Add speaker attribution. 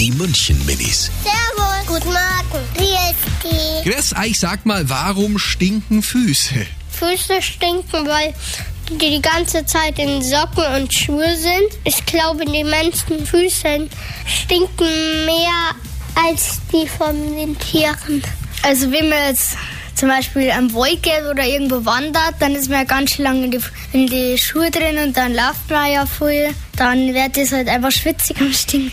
Speaker 1: Die München Minis.
Speaker 2: Servus. Guten Morgen. Wie ist die?
Speaker 1: Chris, ich sag mal, warum stinken Füße?
Speaker 2: Füße stinken, weil die die ganze Zeit in Socken und Schuhe sind. Ich glaube, die Menschenfüße stinken mehr als die von den Tieren.
Speaker 3: Also wenn man jetzt zum Beispiel am Waldgeld oder irgendwo wandert, dann ist man ja ganz schön lange in die, in die Schuhe drin und dann läuft man ja voll. Dann wird es halt einfach schwitzig und stinkt.